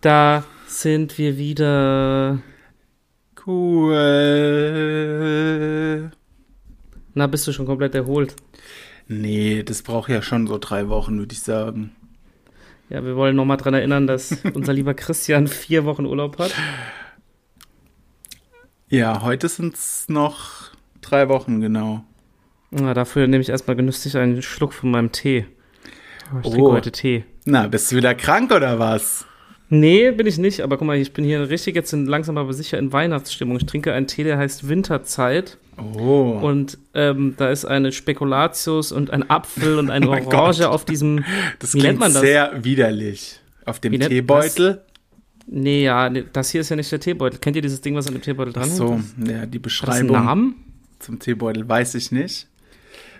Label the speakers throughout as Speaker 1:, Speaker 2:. Speaker 1: da sind wir wieder.
Speaker 2: Cool.
Speaker 1: Na, bist du schon komplett erholt?
Speaker 2: Nee, das braucht ja schon so drei Wochen, würde ich sagen.
Speaker 1: Ja, wir wollen nochmal dran erinnern, dass unser lieber Christian vier Wochen Urlaub hat.
Speaker 2: Ja, heute sind es noch drei Wochen, genau.
Speaker 1: Na, dafür nehme ich erstmal genüsslich einen Schluck von meinem Tee. Oh, ich trinke
Speaker 2: Oh.
Speaker 1: heute Tee.
Speaker 2: Na, bist du wieder krank oder was?
Speaker 1: Nee, bin ich nicht, aber guck mal, ich bin hier richtig jetzt in, langsam aber sicher in Weihnachtsstimmung. Ich trinke einen Tee, der heißt Winterzeit.
Speaker 2: Oh.
Speaker 1: Und ähm, da ist eine Spekulatius und ein Apfel und eine
Speaker 2: Oh mein
Speaker 1: Orange
Speaker 2: Gott.
Speaker 1: auf diesem.
Speaker 2: das
Speaker 1: wie nennt
Speaker 2: klingt
Speaker 1: man das?
Speaker 2: sehr widerlich. Auf dem
Speaker 1: Wie nennt-
Speaker 2: Teebeutel?
Speaker 1: Nee, ja, nee, das hier ist ja nicht der Teebeutel. Kennt ihr dieses Ding, was an dem Teebeutel
Speaker 2: Ach
Speaker 1: dran
Speaker 2: so,
Speaker 1: hängt? Hat
Speaker 2: ja, die
Speaker 1: das einen
Speaker 2: Beschreibung
Speaker 1: Namen?
Speaker 2: zum Teebeutel weiß ich nicht.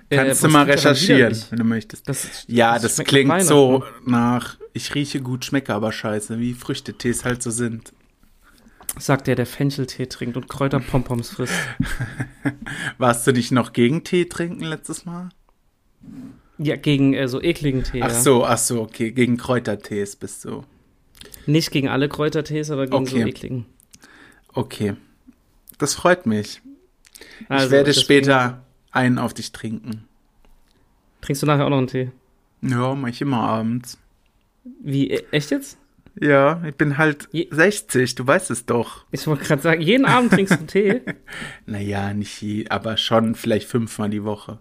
Speaker 1: Äh,
Speaker 2: Kannst
Speaker 1: aber es
Speaker 2: du mal
Speaker 1: klingt ja dann
Speaker 2: recherchieren,
Speaker 1: widerlich.
Speaker 2: wenn du möchtest.
Speaker 1: Das,
Speaker 2: Ja, das,
Speaker 1: schmeckt nach
Speaker 2: klingt
Speaker 1: Weihnachten.
Speaker 2: so nach, ich rieche gut, schmecke aber scheiße, wie Früchtetees halt so sind.
Speaker 1: Sagt der, der Fencheltee trinkt und Kräuterpompoms frisst.
Speaker 2: Warst du nicht noch gegen Tee trinken letztes Mal?
Speaker 1: Ja, gegen äh, so ekligen Tee.
Speaker 2: Ach
Speaker 1: ja.
Speaker 2: so, ach so, okay, gegen Kräutertees bist du.
Speaker 1: Nicht gegen alle Kräutertees, aber gegen so
Speaker 2: Okay.
Speaker 1: ekligen.
Speaker 2: Okay, das freut mich.
Speaker 1: Also,
Speaker 2: ich werde
Speaker 1: deswegen-
Speaker 2: später einen auf dich trinken.
Speaker 1: Trinkst du nachher auch noch einen Tee?
Speaker 2: Ja, mach ich immer abends.
Speaker 1: Wie, e- echt jetzt?
Speaker 2: Ja, ich bin halt
Speaker 1: Je-
Speaker 2: 60, du weißt es doch.
Speaker 1: Ich wollte gerade sagen, jeden Abend trinkst du einen Tee.
Speaker 2: Naja, nicht je, aber schon vielleicht fünfmal die Woche.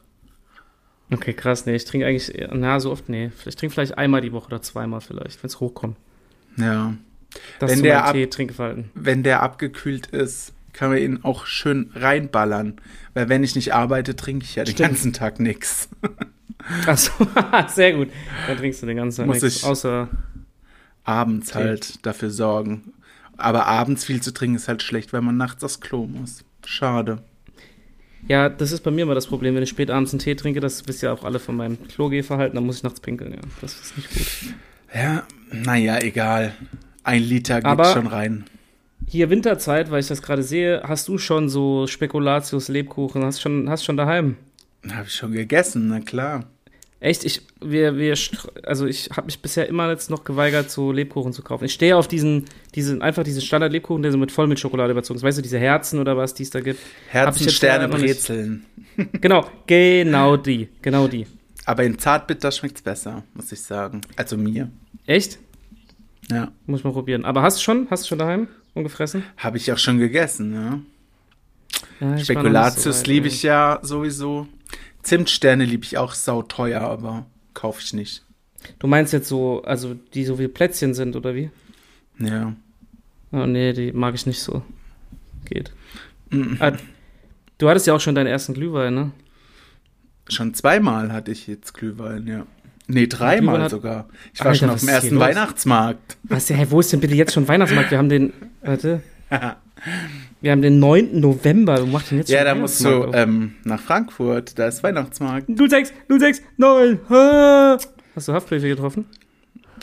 Speaker 1: Okay, krass, nee, ich trinke eigentlich, eher- na, so oft, nee. Ich trinke vielleicht einmal die Woche oder zweimal vielleicht, wenn es hochkommt.
Speaker 2: Ja,
Speaker 1: Das
Speaker 2: Wenn
Speaker 1: ist
Speaker 2: der
Speaker 1: mein
Speaker 2: ab-
Speaker 1: Tee-Trinkverhalten.
Speaker 2: wenn der abgekühlt ist, kann man ihn auch schön reinballern. Weil wenn ich nicht arbeite, trinke ich ja den
Speaker 1: Stimmt.
Speaker 2: ganzen Tag nichts.
Speaker 1: Achso, sehr gut. Dann trinkst du den ganzen Tag
Speaker 2: Muss
Speaker 1: nichts,
Speaker 2: ich-
Speaker 1: Außer,
Speaker 2: Abends
Speaker 1: Okay.
Speaker 2: halt dafür sorgen. Aber abends viel zu trinken ist halt schlecht, weil man nachts aufs Klo muss. Schade.
Speaker 1: ja, das ist bei mir immer das Problem, wenn ich spät abends einen Tee trinke, das wisst ja auch alle von meinem Klogehverhalten, dann muss ich nachts pinkeln, ja. Das ist nicht gut.
Speaker 2: Ja, naja, egal. Ein Liter geht
Speaker 1: Aber-
Speaker 2: schon rein.
Speaker 1: Hier Winterzeit, weil ich das gerade sehe, hast du schon so Spekulatius, Lebkuchen, hast schon, hast schon daheim.
Speaker 2: Habe ich schon gegessen, na klar.
Speaker 1: Echt, ich, wir, wir, str- also ich habe mich bisher immer jetzt noch geweigert, so Lebkuchen zu kaufen. Ich stehe auf diesen, diesen, einfach diesen Standard-Lebkuchen, der so mit Vollmilchschokolade überzogen ist. Weißt du, diese Herzen oder was, die es da gibt. Hab ich
Speaker 2: Herzen,
Speaker 1: jetzt
Speaker 2: Sterne,
Speaker 1: leider noch nicht.
Speaker 2: Brezeln.
Speaker 1: Genau, genau die, genau die.
Speaker 2: Aber in Zartbitter schmeckt's besser, muss ich sagen. Also mir.
Speaker 1: Echt?
Speaker 2: Ja.
Speaker 1: Muss ich mal probieren. Aber hast du schon, hast du schon daheim umgefressen?
Speaker 2: Habe ich auch schon gegessen, ne?
Speaker 1: Ja, ich war noch nicht so
Speaker 2: Spekulatius
Speaker 1: weit,
Speaker 2: liebe
Speaker 1: ey.
Speaker 2: ich ja sowieso. Zimtsterne liebe ich auch sauteuer, aber kaufe ich nicht.
Speaker 1: Du meinst jetzt so, also die so wie Plätzchen sind oder wie?
Speaker 2: Ja.
Speaker 1: Oh nee, die mag ich nicht so. Geht.
Speaker 2: Mm.
Speaker 1: Ah, du hattest ja auch schon deinen ersten Glühwein, ne?
Speaker 2: Schon zweimal hatte ich jetzt Glühwein, ja. Nee,
Speaker 1: Glühwein
Speaker 2: dreimal
Speaker 1: hat-
Speaker 2: sogar. Ich war
Speaker 1: Alter,
Speaker 2: schon auf
Speaker 1: was ist
Speaker 2: dem
Speaker 1: hier
Speaker 2: ersten
Speaker 1: los?
Speaker 2: Weihnachtsmarkt.
Speaker 1: Was, hä, wo ist denn bitte jetzt schon Weihnachtsmarkt? Wir haben den, warte. Wir haben den 9. November. Du machst den jetzt
Speaker 2: Ja,
Speaker 1: schon
Speaker 2: da musst du äh,
Speaker 1: Weihnachtsmarkt oh. auf.
Speaker 2: ähm, nach Frankfurt, da ist Weihnachtsmarkt.
Speaker 1: 06, 06, 9. ha. Hast du Haftbriefe getroffen?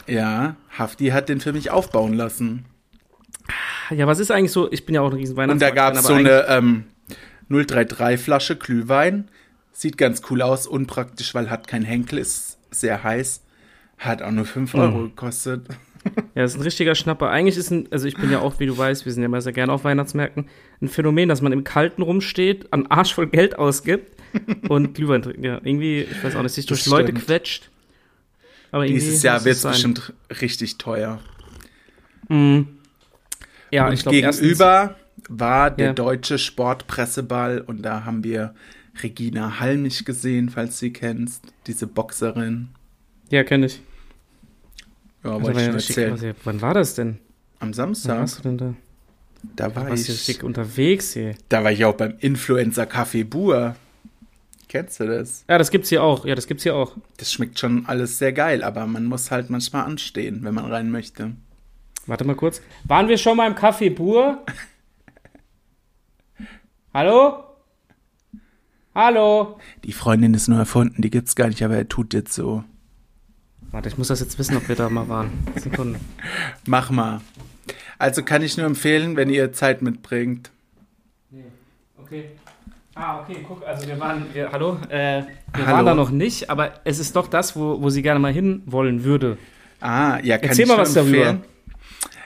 Speaker 2: Ja, Hafti hat den für mich aufbauen lassen.
Speaker 1: Ja, was ist eigentlich so? Ich bin ja auch ein riesen
Speaker 2: Und da
Speaker 1: Weihnachtsmarkt.
Speaker 2: gab es so
Speaker 1: eine.
Speaker 2: eine ähm, 033-Flasche Glühwein. Sieht ganz cool aus, unpraktisch, weil hat kein Henkel, ist sehr heiß. Hat auch nur
Speaker 1: Hm.
Speaker 2: 5 Euro gekostet.
Speaker 1: Ja, das ist ein richtiger Schnapper. Eigentlich ist ein, also ich bin ja auch, wie du weißt, wir sind ja immer sehr gerne auf Weihnachtsmärkten, ein Phänomen, dass man im Kalten rumsteht, an Arsch voll Geld ausgibt und Glühwein trinkt. Ja, irgendwie, ich weiß auch nicht, sich durch
Speaker 2: Das
Speaker 1: Leute
Speaker 2: stimmt.
Speaker 1: quetscht. Aber irgendwie
Speaker 2: Dieses Jahr
Speaker 1: muss
Speaker 2: wird
Speaker 1: es
Speaker 2: es
Speaker 1: sein.
Speaker 2: bestimmt richtig teuer.
Speaker 1: Ja,
Speaker 2: und
Speaker 1: ich glaube,
Speaker 2: gegenüber war der
Speaker 1: Ja.
Speaker 2: deutsche Sportpresseball und da haben wir Regina Halmich gesehen, falls du sie kennst, diese Boxerin.
Speaker 1: Ja, kenne ich.
Speaker 2: Ja,
Speaker 1: Also,
Speaker 2: wollte ich
Speaker 1: wenn
Speaker 2: schon
Speaker 1: ich
Speaker 2: erzählen.
Speaker 1: was, wann war das denn?
Speaker 2: Am
Speaker 1: Wann
Speaker 2: Samstag,
Speaker 1: warst du denn da? Mhm.
Speaker 2: da war
Speaker 1: Warst du
Speaker 2: ich.
Speaker 1: schick unterwegs hier?
Speaker 2: Da war ich auch beim Influencer Café Bur. Kennst du das?
Speaker 1: Ja, das gibt's hier auch. Ja, das gibt's hier auch.
Speaker 2: Das schmeckt schon alles sehr geil, aber man muss halt manchmal anstehen, wenn man rein möchte.
Speaker 1: Warte mal kurz. Waren wir schon mal im Café Bur? Hallo? Hallo?
Speaker 2: Die Freundin ist nur erfunden, die gibt's gar nicht, aber er tut jetzt so.
Speaker 1: Warte, ich muss das jetzt wissen, ob wir da mal waren. Sekunde.
Speaker 2: Mach mal. Also kann ich nur empfehlen, wenn ihr Zeit mitbringt.
Speaker 1: Okay. Ah, okay, guck, also wir waren, wir, hallo, äh, wir
Speaker 2: Hallo.
Speaker 1: waren da noch nicht, aber es ist doch das, wo, wo sie gerne mal hin wollen würde.
Speaker 2: Ah, ja, kann
Speaker 1: Erzähl
Speaker 2: ich
Speaker 1: mal
Speaker 2: nur
Speaker 1: was darüber.
Speaker 2: empfehlen.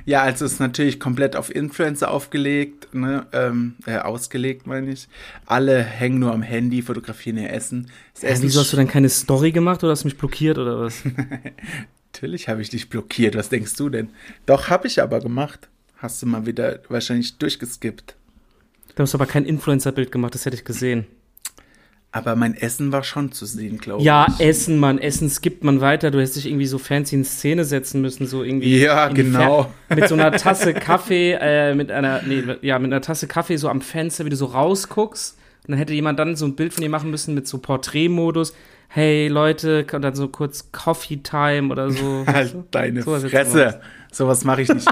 Speaker 2: Ja, also ist natürlich komplett auf Influencer aufgelegt, ne? ähm, äh, ausgelegt meine ich. Alle hängen nur am Handy, fotografieren ihr Essen. Das
Speaker 1: Äh,
Speaker 2: Essen
Speaker 1: wieso hast du dann keine Story gemacht oder hast du mich blockiert oder was?
Speaker 2: Natürlich habe ich dich blockiert. Was denkst du denn? Doch, habe ich aber gemacht. Hast du mal wieder wahrscheinlich durchgeskippt.
Speaker 1: Du hast aber kein Influencer-Bild gemacht, das hätte ich gesehen.
Speaker 2: Aber mein Essen war schon zu sehen, glaube
Speaker 1: Ja,
Speaker 2: ich.
Speaker 1: Essen, Mann, Essen skippt man weiter. Du hättest dich irgendwie so fancy in Szene setzen müssen, so irgendwie.
Speaker 2: Ja,
Speaker 1: äh, in die
Speaker 2: genau.
Speaker 1: Fer- Mit so einer Tasse Kaffee, äh, mit einer, nee, ja, mit einer Tasse Kaffee so am Fenster, wie du so rausguckst. Und dann hätte jemand dann so ein Bild von dir machen müssen mit so Porträtmodus. Hey Leute, und dann so kurz Coffee Time oder so. weißt
Speaker 2: Halt
Speaker 1: du?
Speaker 2: deine
Speaker 1: Sowas hättest du gemacht.
Speaker 2: Fresse. Sowas mache ich nicht.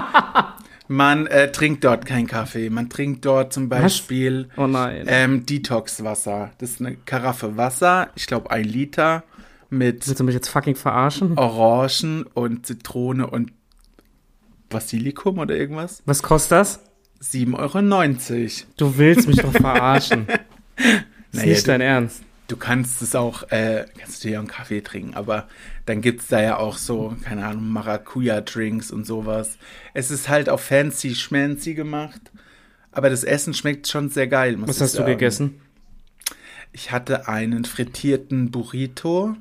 Speaker 2: Man äh, trinkt dort keinen Kaffee. Man trinkt dort zum Beispiel
Speaker 1: Oh nein.
Speaker 2: ähm, Detox-Wasser. Das ist eine Karaffe Wasser, ich glaube ein Liter, mit
Speaker 1: Willst du mich jetzt fucking verarschen?
Speaker 2: Orangen und Zitrone und Basilikum oder irgendwas.
Speaker 1: Was kostet das?
Speaker 2: 7,90 Euro.
Speaker 1: Du willst mich doch verarschen. Ist
Speaker 2: Naja,
Speaker 1: nicht
Speaker 2: du-
Speaker 1: dein Ernst.
Speaker 2: Du kannst es auch, äh, kannst du dir auch einen Kaffee trinken, aber dann gibt es da ja auch so, keine Ahnung, Maracuja-Drinks und sowas. Es ist halt auch fancy schmancy gemacht, aber das Essen schmeckt schon sehr geil. Muss
Speaker 1: Was
Speaker 2: ich
Speaker 1: hast du
Speaker 2: sagen.
Speaker 1: gegessen?
Speaker 2: Ich hatte einen frittierten Burrito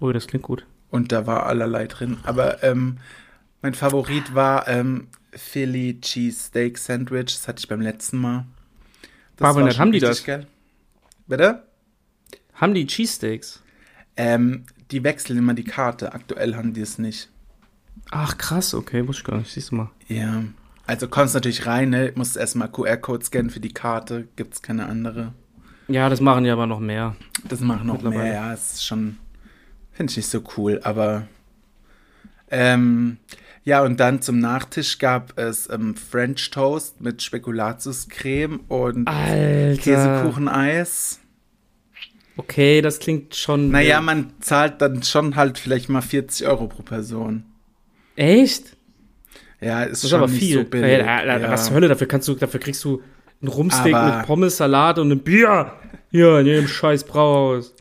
Speaker 1: Oh, das klingt gut.
Speaker 2: und da war allerlei drin, aber ähm, mein Favorit war ähm, Philly Cheesesteak Sandwich, das hatte ich beim letzten Mal.
Speaker 1: Babelnet,
Speaker 2: schon
Speaker 1: haben die
Speaker 2: richtig
Speaker 1: das?
Speaker 2: Geil. Bitte?
Speaker 1: Haben die Cheesesteaks?
Speaker 2: Ähm, die wechseln immer die Karte, aktuell haben die es nicht.
Speaker 1: Ach krass, okay, wusste ich gar nicht. Siehst du mal.
Speaker 2: Ja. Also kommst natürlich rein, ne? Musst erstmal QR-Code scannen für die Karte, gibt's keine andere.
Speaker 1: Ja, das machen die aber noch mehr.
Speaker 2: Das machen noch mehr,
Speaker 1: Mittlerweile.
Speaker 2: ja, ist schon, finde ich nicht so cool, aber ähm, ja, und dann zum Nachtisch gab es ähm, French Toast mit Spekulatiuscreme und
Speaker 1: Alter.
Speaker 2: Käsekucheneis.
Speaker 1: Okay, das klingt schon.
Speaker 2: Naja, man zahlt dann schon halt vielleicht mal 40 Euro pro Person.
Speaker 1: Echt?
Speaker 2: Ja, ist,
Speaker 1: Das ist
Speaker 2: schon
Speaker 1: aber
Speaker 2: nicht
Speaker 1: viel.
Speaker 2: so
Speaker 1: Ja,
Speaker 2: billig.
Speaker 1: ja, ja.
Speaker 2: ja.
Speaker 1: Was zur Hölle? Dafür kannst du, dafür kriegst du einen Rumsteak
Speaker 2: Aber-
Speaker 1: mit Pommes, Salat und einem Bier. Ja, in jedem scheiß Brauhaus.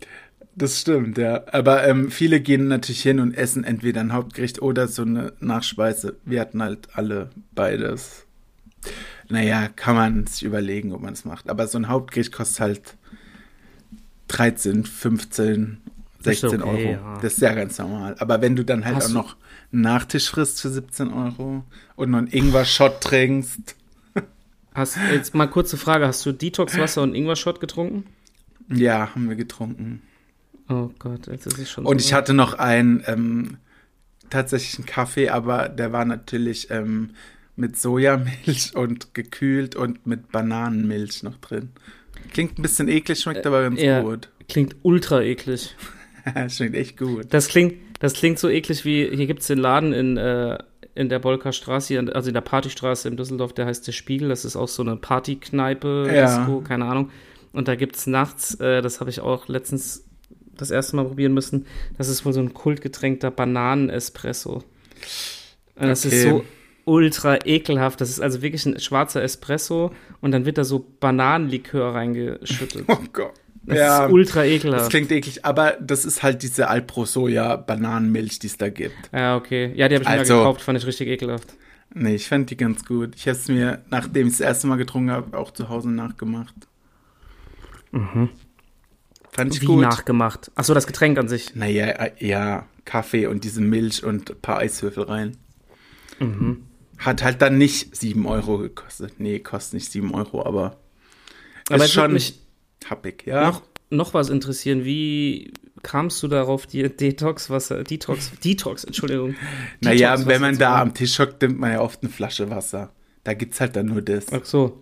Speaker 2: Das stimmt, ja. Aber ähm, viele gehen natürlich hin und essen entweder ein Hauptgericht oder so eine Nachspeise. Wir hatten halt alle beides. Naja, kann man sich überlegen, ob man es macht. Aber so ein Hauptgericht kostet halt 13, 15,
Speaker 1: Das ist
Speaker 2: 16
Speaker 1: okay,
Speaker 2: Euro.
Speaker 1: ja.
Speaker 2: Das ist ja ganz normal. Aber wenn du dann halt
Speaker 1: Hast
Speaker 2: auch
Speaker 1: du-
Speaker 2: noch einen Nachtisch frisst für 17 Euro und noch einen Ingwer-Shot trinkst.
Speaker 1: Hast, jetzt mal kurze Frage: Hast du Detox-Wasser und Ingwer-Shot getrunken?
Speaker 2: Ja, haben wir getrunken.
Speaker 1: Oh Gott, jetzt ist es schon.
Speaker 2: Und
Speaker 1: so
Speaker 2: ich
Speaker 1: weit.
Speaker 2: hatte noch einen ähm, tatsächlichen Kaffee, aber der war natürlich ähm, mit Sojamilch und gekühlt und mit Bananenmilch noch drin. Klingt ein bisschen eklig, schmeckt aber ganz
Speaker 1: Äh, ja.
Speaker 2: gut.
Speaker 1: Klingt ultra eklig.
Speaker 2: schmeckt echt gut.
Speaker 1: Das klingt, das klingt so eklig wie, hier gibt es den Laden in, äh, in der Bolkerstraße, hier, also in der Partystraße in Düsseldorf, der heißt Der Spiegel. Das ist auch so eine Partykneipe,
Speaker 2: Ja.
Speaker 1: Disco, keine Ahnung. Und da gibt es nachts, äh, das habe ich auch letztens das erste Mal probieren müssen, das ist wohl so ein kultgetränkter Bananenespresso. Und das ist
Speaker 2: Okay.
Speaker 1: so ultra ekelhaft. Das ist also wirklich ein schwarzer Espresso und dann wird da so Bananenlikör reingeschüttet.
Speaker 2: Oh Gott.
Speaker 1: Das
Speaker 2: ja,
Speaker 1: ist ultra
Speaker 2: das
Speaker 1: ekelhaft.
Speaker 2: klingt eklig, aber das ist halt diese Alpro-Soja-Bananenmilch, die es da gibt.
Speaker 1: Ja, okay. Ja, die habe ich mir
Speaker 2: Also-
Speaker 1: da gekauft, fand ich richtig ekelhaft.
Speaker 2: Nee, ich fand die ganz gut. Ich habe es mir, nachdem ich das erste Mal getrunken habe, auch zu Hause nachgemacht. Fand
Speaker 1: Mhm.
Speaker 2: ich
Speaker 1: Wie
Speaker 2: gut.
Speaker 1: nachgemacht? Achso, das Getränk an sich.
Speaker 2: Naja, äh, ja, Kaffee und diese Milch und ein paar Eiswürfel rein.
Speaker 1: Mhm.
Speaker 2: Hat halt dann nicht 7 Euro gekostet. Nee, kostet nicht 7 Euro, aber,
Speaker 1: Aber
Speaker 2: ist
Speaker 1: es würde
Speaker 2: schon
Speaker 1: mich
Speaker 2: happig, ja.
Speaker 1: noch, noch was interessieren. Wie kamst du darauf, dir Detox-Wasser, Detox, Detox, Entschuldigung.
Speaker 2: naja,
Speaker 1: Detox-Wasser
Speaker 2: wenn man
Speaker 1: zu
Speaker 2: da
Speaker 1: machen?
Speaker 2: am Tisch hockt, nimmt man ja oft eine Flasche Wasser. Da gibt's halt dann nur das.
Speaker 1: Ach so.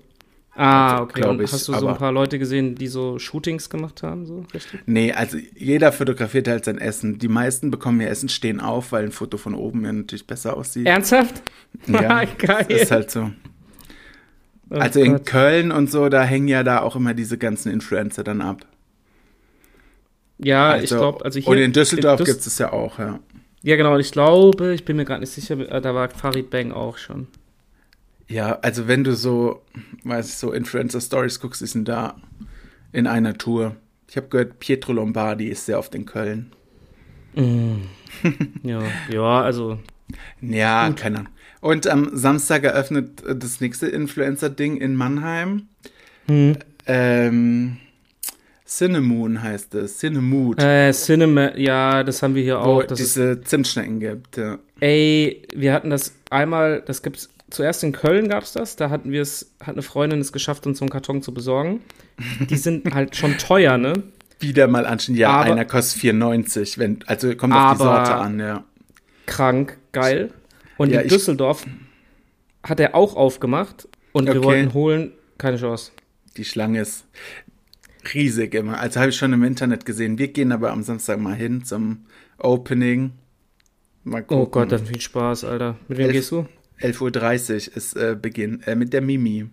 Speaker 1: Ah,
Speaker 2: Also,
Speaker 1: okay.
Speaker 2: glaub
Speaker 1: Und
Speaker 2: ich,
Speaker 1: hast du so
Speaker 2: aber-
Speaker 1: ein paar Leute gesehen, die so Shootings gemacht haben? So, richtig?
Speaker 2: Nee, also jeder fotografiert halt sein Essen. Die meisten bekommen ihr Essen stehen auf, weil ein Foto von oben ja natürlich besser aussieht.
Speaker 1: Ernsthaft? Ah,
Speaker 2: Ja,
Speaker 1: Geil.
Speaker 2: Ist halt so.
Speaker 1: Oh
Speaker 2: Also in
Speaker 1: Gott.
Speaker 2: Köln und so, da hängen ja da auch immer diese ganzen Influencer dann ab.
Speaker 1: ja, ich glaube, also hier.
Speaker 2: und in Düsseldorf
Speaker 1: Düs-
Speaker 2: gibt es ja auch, ja.
Speaker 1: Ja, genau. Ich glaube, ich bin mir gerade nicht sicher, äh, da war Farid Bang auch schon.
Speaker 2: Ja, also wenn du so, weiß ich, so Influencer-Stories guckst, die sind da in einer Tour. Ich habe gehört, Pietro Lombardi ist sehr oft in Köln. Mm.
Speaker 1: Ja, ja also
Speaker 2: Ja, keine Ahnung. Und am Samstag eröffnet äh, das nächste Influencer-Ding in Mannheim.
Speaker 1: Hm.
Speaker 2: Ähm, Cinemoon heißt es. Cinemood.
Speaker 1: Äh, Cinema, ja, das haben wir hier
Speaker 2: wo
Speaker 1: auch. Das ist,
Speaker 2: diese Zimtschnecken gibt. Ja.
Speaker 1: ey, wir hatten das einmal, das gibt's zuerst in Köln gab's das, da hatten wir es, hat eine Freundin es geschafft, uns so einen Karton zu besorgen. Die sind halt schon teuer, ne?
Speaker 2: Wieder mal anschauen. Ja,
Speaker 1: Aber-
Speaker 2: einer kostet 4,90. Wenn, also kommt auf
Speaker 1: Aber-
Speaker 2: die Sorte an, ja.
Speaker 1: Krank, geil. Und
Speaker 2: Ja,
Speaker 1: in
Speaker 2: ich-
Speaker 1: Düsseldorf hat er auch aufgemacht und wir
Speaker 2: Okay.
Speaker 1: wollten holen, keine Chance.
Speaker 2: Die Schlange ist riesig immer. Also habe ich schon im Internet gesehen. Wir gehen aber am Samstag mal hin zum Opening. Mal
Speaker 1: Oh
Speaker 2: gucken.
Speaker 1: Gott, dann viel Spaß, Alter. Mit wem
Speaker 2: Elf-
Speaker 1: gehst du?
Speaker 2: 11.30 Uhr ist äh, Beginn äh, mit der Mimi.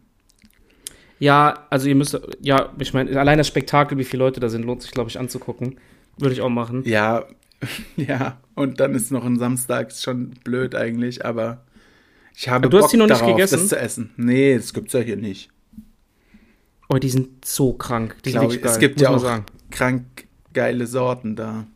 Speaker 1: Ja, also ihr müsst, ja, ich meine, allein das Spektakel, wie viele Leute da sind, lohnt sich, glaube ich, anzugucken. Würde ich auch machen.
Speaker 2: Ja, ja. Und dann ist noch ein Samstag. Ist schon blöd eigentlich, aber ich habe
Speaker 1: Aber du hast
Speaker 2: Bock
Speaker 1: die noch nicht
Speaker 2: darauf,
Speaker 1: gegessen?
Speaker 2: das zu essen. Nee, das gibt's ja hier nicht.
Speaker 1: Oh, die sind so krank. Die sind
Speaker 2: Glaub ich.
Speaker 1: wirklich geil,
Speaker 2: es gibt
Speaker 1: muss
Speaker 2: ja
Speaker 1: man
Speaker 2: auch krank geile Sorten da.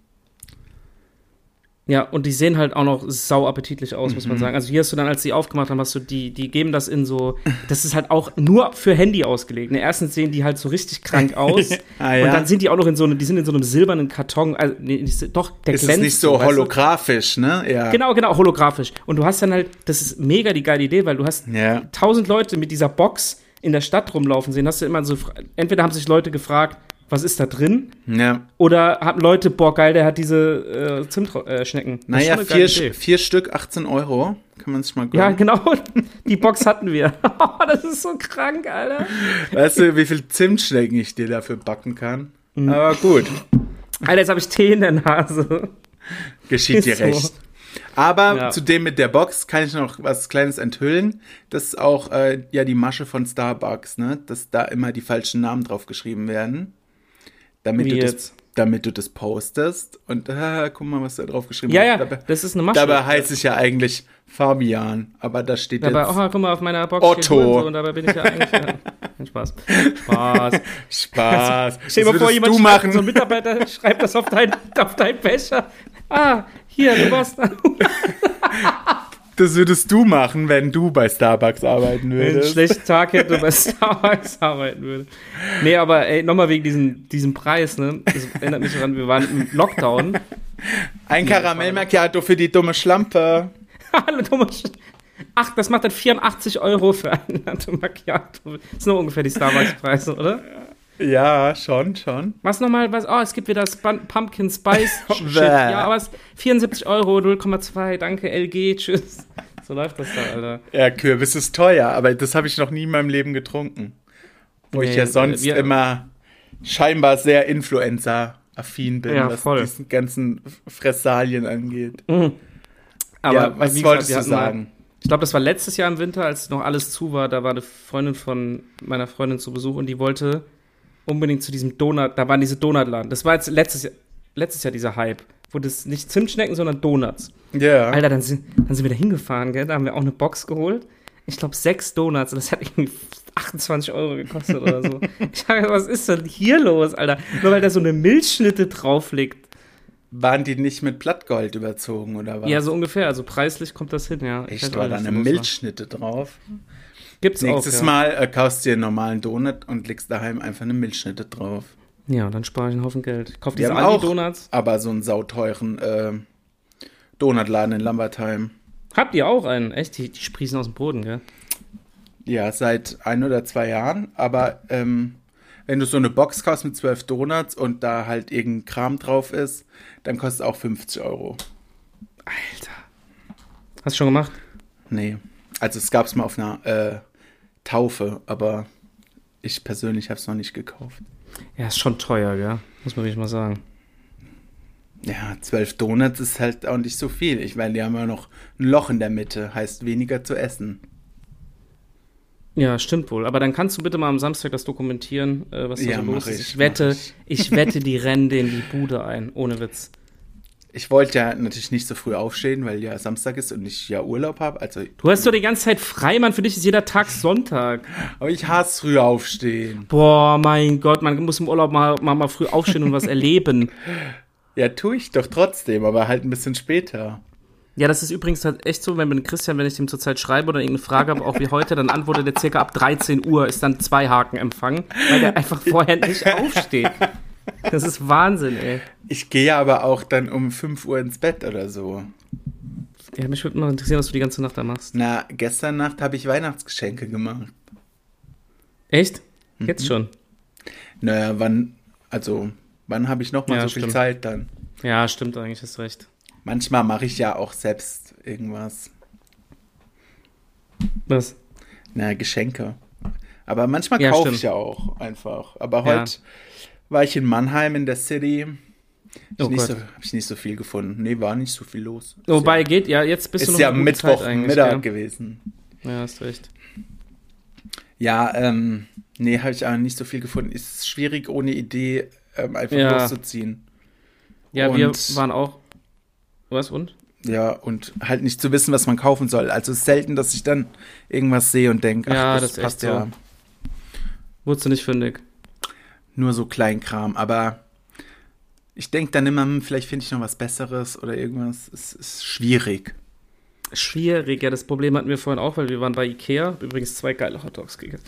Speaker 1: Ja, und die sehen halt auch noch sau appetitlich aus,
Speaker 2: Mhm.
Speaker 1: muss man sagen. Also hier hast du dann, als die aufgemacht haben, hast du die, die geben das in so, das ist halt auch nur für Handy ausgelegt. Ne? Erstens sehen die halt so richtig krank aus.
Speaker 2: Ah, ja.
Speaker 1: Und dann sind die auch noch in so einem, die sind in so einem silbernen Karton. Also, nee, nicht- doch, der
Speaker 2: Ist es
Speaker 1: glänzt.
Speaker 2: nicht so
Speaker 1: weißt du?
Speaker 2: holographisch, ne? Ja.
Speaker 1: Genau, genau, holographisch. Und du hast dann halt, das ist mega die geile Idee, weil du hast
Speaker 2: Ja.
Speaker 1: tausend Leute mit dieser Box in der Stadt rumlaufen sehen. Hast du immer so, fra- entweder haben sich Leute gefragt, was ist da drin?
Speaker 2: Ja.
Speaker 1: Oder haben Leute, boah, geil, der hat diese äh, Zimtschnecken. Äh,
Speaker 2: Naja, vier, Sch- vier Stück, 18 Euro. Kann man sich mal
Speaker 1: Ja,
Speaker 2: gönnen.
Speaker 1: genau. Die Box hatten wir. das ist so krank, Alter.
Speaker 2: Weißt du, wie viel Zimtschnecken ich dir dafür backen kann?
Speaker 1: Mhm.
Speaker 2: Aber gut,
Speaker 1: Alter, jetzt habe ich Tee in der Nase.
Speaker 2: geschieht dir
Speaker 1: Ist so.
Speaker 2: recht. Aber
Speaker 1: Ja.
Speaker 2: zu dem mit der Box kann ich noch was Kleines enthüllen. Das ist auch äh, ja die Masche von Starbucks, ne? Dass da immer die falschen Namen drauf geschrieben werden. Damit,
Speaker 1: Wie
Speaker 2: du das,
Speaker 1: jetzt?
Speaker 2: damit du das postest. Und äh, guck mal, was da drauf geschrieben
Speaker 1: Ja,
Speaker 2: wird.
Speaker 1: ja,
Speaker 2: Dabei,
Speaker 1: das ist eine Masche.
Speaker 2: dabei heiße ich ja eigentlich Fabian. Aber da steht
Speaker 1: dabei,
Speaker 2: jetzt
Speaker 1: oh, guck mal, auf meiner Box steht
Speaker 2: Otto.
Speaker 1: so und dabei bin ich ja eigentlich. Ja. Kein Spaß. Spaß.
Speaker 2: Spaß.
Speaker 1: Stell dir
Speaker 2: Das
Speaker 1: mal vor,
Speaker 2: würdest
Speaker 1: jemand
Speaker 2: du
Speaker 1: schreibt,
Speaker 2: machen.
Speaker 1: so ein Mitarbeiter schreibt das auf dein, auf dein Becher. Ah, hier, du warst.
Speaker 2: Das würdest du machen, wenn du bei Starbucks arbeiten
Speaker 1: Wenn ich einen
Speaker 2: würdest.
Speaker 1: schlechten Tag hätte, bei Starbucks arbeiten würde. Nee, aber ey, nochmal wegen diesem, diesem Preis, ne? Das erinnert mich daran, wir waren im Lockdown.
Speaker 2: Ein Karamell Macchiato für die dumme Schlampe.
Speaker 1: Alle dumme Sch- Ach, das macht dann 84 Euro für einen Latte Macchiato. Das sind doch ungefähr die Starbucks-Preise, oder?
Speaker 2: Ja, schon, schon.
Speaker 1: Was nochmal? Was? Oh, es gibt wieder das Bun- Pumpkin Spice. Shit.
Speaker 2: Bäh.
Speaker 1: Ja, aber es 74 Euro, 0,2. Danke, LG. Tschüss. So läuft das da, Alter.
Speaker 2: Ja, Kürbis ist teuer, aber das habe ich noch nie in meinem Leben getrunken. Wo ich
Speaker 1: Nee, äh,
Speaker 2: ja sonst
Speaker 1: wir-
Speaker 2: immer scheinbar sehr Influencer-affin bin,
Speaker 1: Ja,
Speaker 2: was
Speaker 1: voll.
Speaker 2: diesen ganzen Fressalien angeht.
Speaker 1: Aber
Speaker 2: Mhm.
Speaker 1: wie
Speaker 2: ja, was
Speaker 1: gesagt,
Speaker 2: wolltest
Speaker 1: wir
Speaker 2: du
Speaker 1: hatten mal-
Speaker 2: sagen?
Speaker 1: Ich glaube, das war letztes Jahr im Winter, als noch alles zu war. Da war eine Freundin von meiner Freundin zu Besuch und die wollte unbedingt zu diesem Donut. Da waren diese Donutladen. Das war jetzt letztes Jahr, letztes Jahr dieser Hype. Wo das nicht Zimtschnecken, sondern Donuts.
Speaker 2: Ja.
Speaker 1: Alter, dann sind, dann sind wir da hingefahren, gell? Da haben wir auch eine Box geholt. Ich glaube, sechs Donuts. Und das hat irgendwie 28 Euro gekostet oder so. Ich dachte, was ist denn hier los, Alter? Nur weil da so eine Milchschnitte drauf liegt.
Speaker 2: Waren die nicht mit Blattgold überzogen oder was?
Speaker 1: Ja, so ungefähr. Also preislich kommt das hin, ja. Ich weiß
Speaker 2: Echt,
Speaker 1: auch
Speaker 2: war
Speaker 1: nicht,
Speaker 2: da
Speaker 1: was
Speaker 2: eine
Speaker 1: los war.
Speaker 2: Milchschnitte drauf?
Speaker 1: Gibt's
Speaker 2: Nächstes
Speaker 1: auch, ja.
Speaker 2: Mal äh, kaufst du dir einen normalen Donut und legst daheim einfach eine Milchschnitte drauf.
Speaker 1: Ja, dann spare ich einen Haufen Geld. Ich kaufe
Speaker 2: Wir
Speaker 1: diese
Speaker 2: haben auch
Speaker 1: Aldi-Donuts.
Speaker 2: aber so einen sauteuren äh, Donutladen in Lambertheim.
Speaker 1: Habt ihr auch einen? Echt? Die, die sprießen aus dem Boden, gell?
Speaker 2: Ja, seit ein oder zwei Jahren. Aber ähm, wenn du so eine Box kaufst mit zwölf Donuts und da halt irgendein Kram drauf ist, dann kostet es auch 50 Euro.
Speaker 1: Alter. Hast du schon gemacht?
Speaker 2: Nee. Also es gab es mal auf einer äh, Taufe, aber ich persönlich habe es noch nicht gekauft.
Speaker 1: Ja, ist schon teuer, gell? Muss man wirklich mal sagen.
Speaker 2: Ja, zwölf Donuts ist halt auch nicht so viel. Ich meine, die haben ja noch ein Loch in der Mitte, heißt weniger zu essen.
Speaker 1: Ja, stimmt wohl. Aber dann kannst du bitte mal am Samstag das dokumentieren, äh, was da
Speaker 2: Ja,
Speaker 1: so
Speaker 2: mach
Speaker 1: los ist.
Speaker 2: ich,
Speaker 1: Ich wette,
Speaker 2: mach
Speaker 1: ich. wette, die rennen denen die Bude ein. Ohne Witz.
Speaker 2: Ich wollte ja natürlich nicht so früh aufstehen, weil ja Samstag ist und ich ja Urlaub habe. Also,
Speaker 1: Du hast doch die ganze Zeit frei, Mann. Für dich ist jeder Tag Sonntag.
Speaker 2: aber ich hasse früh aufstehen.
Speaker 1: Boah, mein Gott, man muss im Urlaub mal, mal, mal früh aufstehen und was erleben.
Speaker 2: Ja, tue ich doch trotzdem, aber halt ein bisschen später.
Speaker 1: Ja, das ist übrigens halt echt so, wenn mit Christian, wenn ich dem zurzeit schreibe oder irgendeine Frage habe, auch wie heute, dann antwortet er circa ab 13 Uhr, ist dann zwei Haken empfangen, weil der einfach vorher nicht aufsteht. Das ist Wahnsinn, ey.
Speaker 2: Ich gehe aber auch dann um 5 Uhr ins Bett oder so.
Speaker 1: Ja, mich würde mal interessieren, was du die ganze Nacht da machst.
Speaker 2: Na, gestern Nacht habe ich Weihnachtsgeschenke gemacht.
Speaker 1: Echt? Jetzt schon?
Speaker 2: Naja, wann, also, wann habe ich nochmal
Speaker 1: Ja,
Speaker 2: so viel
Speaker 1: stimmt.
Speaker 2: Zeit dann?
Speaker 1: Ja, stimmt eigentlich, hast recht.
Speaker 2: Manchmal mache ich ja auch selbst irgendwas.
Speaker 1: Was?
Speaker 2: Na, Geschenke. Aber manchmal
Speaker 1: Ja,
Speaker 2: kaufe
Speaker 1: stimmt.
Speaker 2: ich ja auch einfach. Aber
Speaker 1: Ja.
Speaker 2: heute war ich in Mannheim in der City.
Speaker 1: Oh
Speaker 2: Hab ich nicht
Speaker 1: Gott.
Speaker 2: so, hab ich nicht so viel gefunden. Nee, war nicht so viel los.
Speaker 1: Wobei, geht, ja, jetzt bist
Speaker 2: ist
Speaker 1: du noch
Speaker 2: ja, ist ja
Speaker 1: eine gute
Speaker 2: Mittwoch
Speaker 1: Zeit eigentlich,
Speaker 2: Mittag
Speaker 1: Ja.
Speaker 2: gewesen.
Speaker 1: ja, hast recht.
Speaker 2: Ja, ähm, nee, habe ich auch nicht so viel gefunden. Ist schwierig ohne Idee ähm, einfach
Speaker 1: Ja.
Speaker 2: loszuziehen.
Speaker 1: Ja, wir
Speaker 2: Und-
Speaker 1: waren auch. Was und?
Speaker 2: Ja, und halt nicht zu wissen, was man kaufen soll. Also ist selten, dass ich dann irgendwas sehe und denke,
Speaker 1: Ja,
Speaker 2: ach,
Speaker 1: das
Speaker 2: das,
Speaker 1: ist echt
Speaker 2: passt
Speaker 1: so.
Speaker 2: ja.
Speaker 1: Wurdest du nicht fündig?
Speaker 2: Nur so Kleinkram, aber ich denke dann immer, hm, vielleicht finde ich noch was Besseres oder irgendwas. Es ist schwierig.
Speaker 1: Schwierig, ja, das Problem hatten wir vorhin auch, weil wir waren bei Ikea. Hab Übrigens zwei geile Hot Dogs gegessen.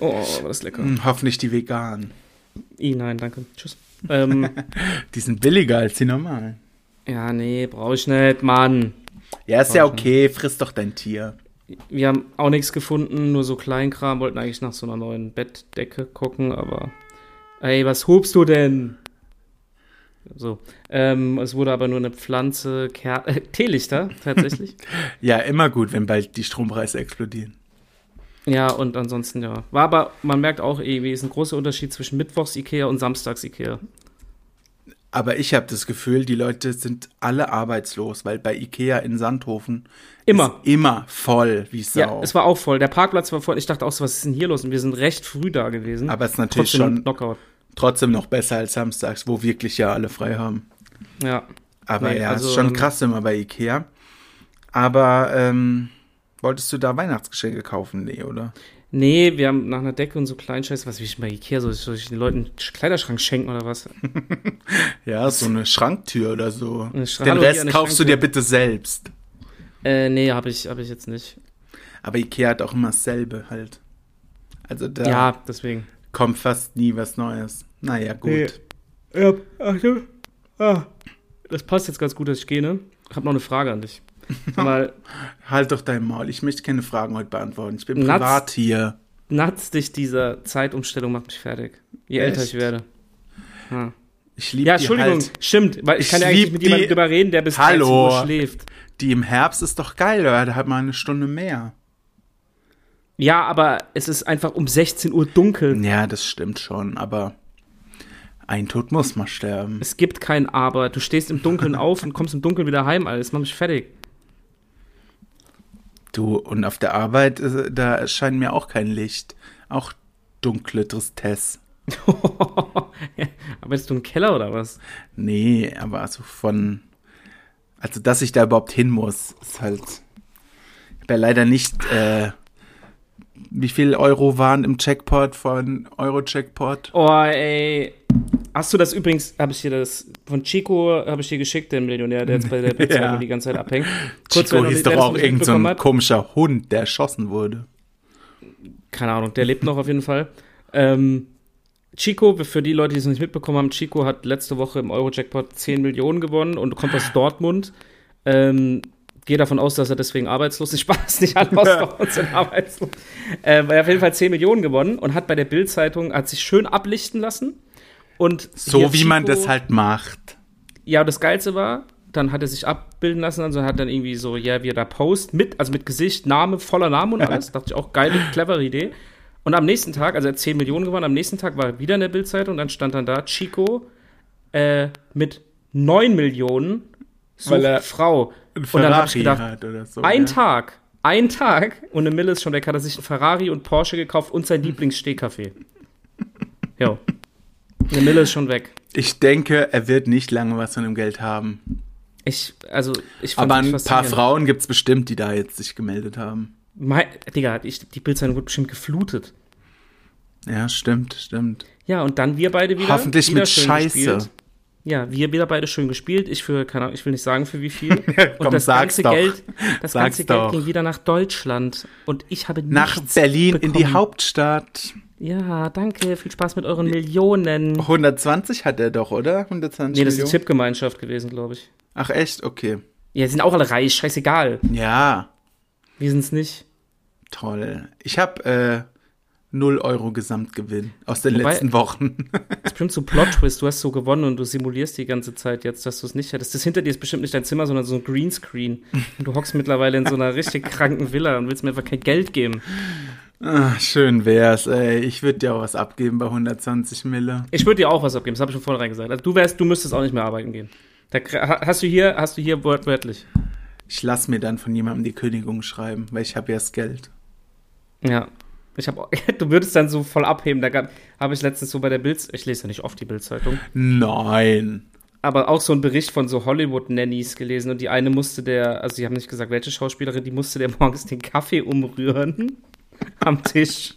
Speaker 1: Oh, war das lecker.
Speaker 2: Hm, hoffentlich die veganen.
Speaker 1: I, nein, danke. Tschüss. Ähm,
Speaker 2: Die sind billiger als die normalen.
Speaker 1: ja, nee, brauche ich nicht, Mann.
Speaker 2: Ja, ist ja
Speaker 1: Wahnsinn.
Speaker 2: okay, friss doch dein Tier.
Speaker 1: Wir haben auch nichts gefunden, nur so Kleinkram, wollten eigentlich nach so einer neuen Bettdecke gucken, aber. Ey, was hobst du denn? So. Ähm, es wurde aber nur eine Pflanze, Ker äh, Teelichter, tatsächlich.
Speaker 2: Ja, immer gut, wenn bald die Strompreise explodieren.
Speaker 1: ja, und ansonsten, ja. War aber, man merkt auch irgendwie, ist ein großer Unterschied zwischen Mittwochs-Ikea und Samstags-Ikea.
Speaker 2: Aber ich habe das Gefühl, die Leute sind alle arbeitslos, weil bei Ikea in Sandhofen
Speaker 1: Immer.
Speaker 2: ist immer voll wie
Speaker 1: Ja,
Speaker 2: Sau.
Speaker 1: es war auch voll. Der Parkplatz war voll. Ich dachte auch so, was ist denn hier los? Und wir sind recht früh da gewesen.
Speaker 2: Aber es ist natürlich
Speaker 1: Trotzdem
Speaker 2: schon
Speaker 1: Knockout.
Speaker 2: trotzdem noch besser als samstags, wo wirklich ja alle frei haben.
Speaker 1: Ja.
Speaker 2: Aber
Speaker 1: Nee,
Speaker 2: ja,
Speaker 1: also,
Speaker 2: ist schon
Speaker 1: ähm,
Speaker 2: krass immer bei Ikea. Aber ähm, wolltest du da Weihnachtsgeschenke kaufen? Nee, oder?
Speaker 1: Nee, wir haben nach einer Decke und so kleinen Scheiß, was will ich denn bei Ikea? Soll ich, soll ich den Leuten einen Sch- Kleiderschrank schenken oder was?
Speaker 2: Ja, so eine Schranktür oder so.
Speaker 1: Eine Schra-
Speaker 2: Den
Speaker 1: Hallo, hier
Speaker 2: Rest
Speaker 1: eine
Speaker 2: kaufst du
Speaker 1: Schranktür.
Speaker 2: dir bitte selbst.
Speaker 1: Äh, nee, habe ich, hab ich jetzt nicht.
Speaker 2: Aber Ikea hat auch immer dasselbe halt. Also da
Speaker 1: Ja, deswegen.
Speaker 2: kommt fast nie was Neues. Naja, gut.
Speaker 1: Nee. Ja, ach, ja. Ah. Das passt jetzt ganz gut, dass ich gehe, ne? Ich habe noch eine Frage an dich. Sag Mal,
Speaker 2: Halt doch dein Maul. Ich möchte keine Fragen heute beantworten. Ich bin
Speaker 1: Natz.
Speaker 2: privat hier.
Speaker 1: natz dich dieser Zeitumstellung macht mich fertig. Je älter ich
Speaker 2: Echt?
Speaker 1: werde. Ja,
Speaker 2: Ich liebe
Speaker 1: ja
Speaker 2: die
Speaker 1: Entschuldigung,
Speaker 2: halt.
Speaker 1: stimmt, weil ich,
Speaker 2: Ich
Speaker 1: kann ja
Speaker 2: lieb
Speaker 1: eigentlich mit jemandem
Speaker 2: die-
Speaker 1: drüber reden, der bis 13
Speaker 2: Hallo.
Speaker 1: Uhr schläft.
Speaker 2: Die im Herbst ist doch geil. Da hat man eine Stunde mehr.
Speaker 1: Ja, aber es ist einfach um 16 Uhr dunkel.
Speaker 2: Ja, das stimmt schon. Aber ein Tod muss mal sterben.
Speaker 1: Es gibt kein Aber. Du stehst im Dunkeln auf und kommst im Dunkeln wieder heim, alles. Mach mich fertig.
Speaker 2: Du, und auf der Arbeit, äh, da erscheint mir auch kein Licht. Auch dunkle Tristesse.
Speaker 1: Arbeitest du im Keller oder was?
Speaker 2: Nee, aber also von. Also, dass ich da überhaupt hin muss, ist halt. Ich habe ja leider nicht. Äh, wie viel Euro waren im Checkpot von Euro-Checkpot?
Speaker 1: Oh, ey. Hast du das übrigens, habe ich dir das von Chico, habe ich dir geschickt, den Millionär, der jetzt bei der Pizza
Speaker 2: Ja.
Speaker 1: die ganze Zeit abhängt.
Speaker 2: Chico
Speaker 1: wenn du-
Speaker 2: hieß
Speaker 1: der
Speaker 2: doch
Speaker 1: das
Speaker 2: auch
Speaker 1: nicht
Speaker 2: irgend so
Speaker 1: mitbekommen
Speaker 2: ein
Speaker 1: hat.
Speaker 2: komischer Hund, der erschossen wurde.
Speaker 1: Keine Ahnung, der lebt noch auf jeden Fall. Ähm, Chico, für die Leute, die es noch nicht mitbekommen haben, Chico hat letzte Woche im Eurojackpot 10 Millionen gewonnen und kommt
Speaker 2: Ah.
Speaker 1: aus Dortmund. Ähm, Gehe davon aus, dass er deswegen arbeitslos ist. Spaß, nicht alle aus Dortmund sind arbeitslos. Ähm, er hat auf jeden Fall 10 Millionen gewonnen und hat bei der Bild-Zeitung, hat sich schön ablichten lassen. Und
Speaker 2: So
Speaker 1: hier
Speaker 2: wie man
Speaker 1: Chico-
Speaker 2: das halt macht.
Speaker 1: ja, und das Geilste war, dann hat er sich abbilden lassen, also hat dann irgendwie so, ja, wie er da post, mit, also mit Gesicht, Name, voller Name und alles. Dachte ich auch, geile, clevere Idee. Und am nächsten Tag, also er hat 10 Millionen gewonnen, am nächsten Tag war er wieder in der Bildzeitung und dann stand dann da, Chico äh, mit 9 Millionen sucht
Speaker 2: Weil er
Speaker 1: Frau.
Speaker 2: Und
Speaker 1: Und dann hab ich
Speaker 2: Ferrari
Speaker 1: gedacht,
Speaker 2: hat oder so.
Speaker 1: Ein
Speaker 2: ja.
Speaker 1: Tag, ein Tag und eine Mille ist schon weg, hat er sich einen Ferrari und Porsche gekauft und
Speaker 2: Hm.
Speaker 1: sein Lieblingsstehkaffee. Jo. Eine Mille ist schon weg.
Speaker 2: Ich denke, er wird nicht lange was von dem Geld haben.
Speaker 1: Ich, also, ich fand's
Speaker 2: Aber ein
Speaker 1: echt
Speaker 2: paar
Speaker 1: faszinierend.
Speaker 2: Frauen gibt es bestimmt, die da jetzt sich gemeldet haben.
Speaker 1: Mei, Digga, ich, die Bildzeitung wurde bestimmt geflutet.
Speaker 2: Ja, stimmt, stimmt.
Speaker 1: Ja, und dann wir beide wieder.
Speaker 2: Hoffentlich
Speaker 1: wieder
Speaker 2: mit
Speaker 1: schön
Speaker 2: Scheiße.
Speaker 1: gespielt. Ja, wir wieder beide schön gespielt. Ich für, keine Ahnung, ich will nicht sagen für wie viel.
Speaker 2: Komm,
Speaker 1: und das
Speaker 2: sag's
Speaker 1: ganze
Speaker 2: doch.
Speaker 1: Geld, das
Speaker 2: Sag's
Speaker 1: ganze Geld
Speaker 2: doch.
Speaker 1: ging wieder nach Deutschland und ich habe
Speaker 2: Nach
Speaker 1: nichts
Speaker 2: Berlin in die
Speaker 1: bekommen.
Speaker 2: Hauptstadt.
Speaker 1: Ja, danke. Viel Spaß mit euren
Speaker 2: Oh,
Speaker 1: Millionen.
Speaker 2: 120 hat er doch, oder? 120
Speaker 1: nee, das ist
Speaker 2: Millionen?
Speaker 1: eine Tippgemeinschaft gewesen, glaube ich.
Speaker 2: Ach echt? Okay.
Speaker 1: Ja, die sind auch alle reich, scheißegal.
Speaker 2: Ja,
Speaker 1: Wir sind's nicht.
Speaker 2: toll. Ich habe äh, 0 Euro Gesamtgewinn aus den
Speaker 1: Wobei-
Speaker 2: letzten Wochen.
Speaker 1: Das ist bestimmt so ein Plot-Twist. Du hast so gewonnen und du simulierst die ganze Zeit jetzt, dass du es nicht hättest. Das hinter dir ist bestimmt nicht dein Zimmer, sondern so ein Greenscreen. Und du hockst mittlerweile in so einer richtig kranken Villa und willst mir einfach kein Geld geben.
Speaker 2: Ach, Ah, schön wär's, ey. Ich würde dir auch was abgeben bei 120 Mille.
Speaker 1: Ich würde dir auch was abgeben, das habe ich schon vornherein gesagt. Also du wärst, du müsstest auch nicht mehr arbeiten gehen. Da, kr- ha- hast du hier, hast du hier wortwörtlich.
Speaker 2: Ich lass mir dann von jemandem die Kündigung schreiben, weil ich habe ja das Geld.
Speaker 1: Ja. Ich hab, auch- du würdest dann so voll abheben. Da gab- habe ich letztens so bei der Bild, ich lese ja nicht oft die Bild-Zeitung,
Speaker 2: Nein.
Speaker 1: aber auch so einen Bericht von so Hollywood-Nannies gelesen und die eine musste der, also sie haben nicht gesagt, welche Schauspielerin, die musste der morgens den Kaffee umrühren am Tisch.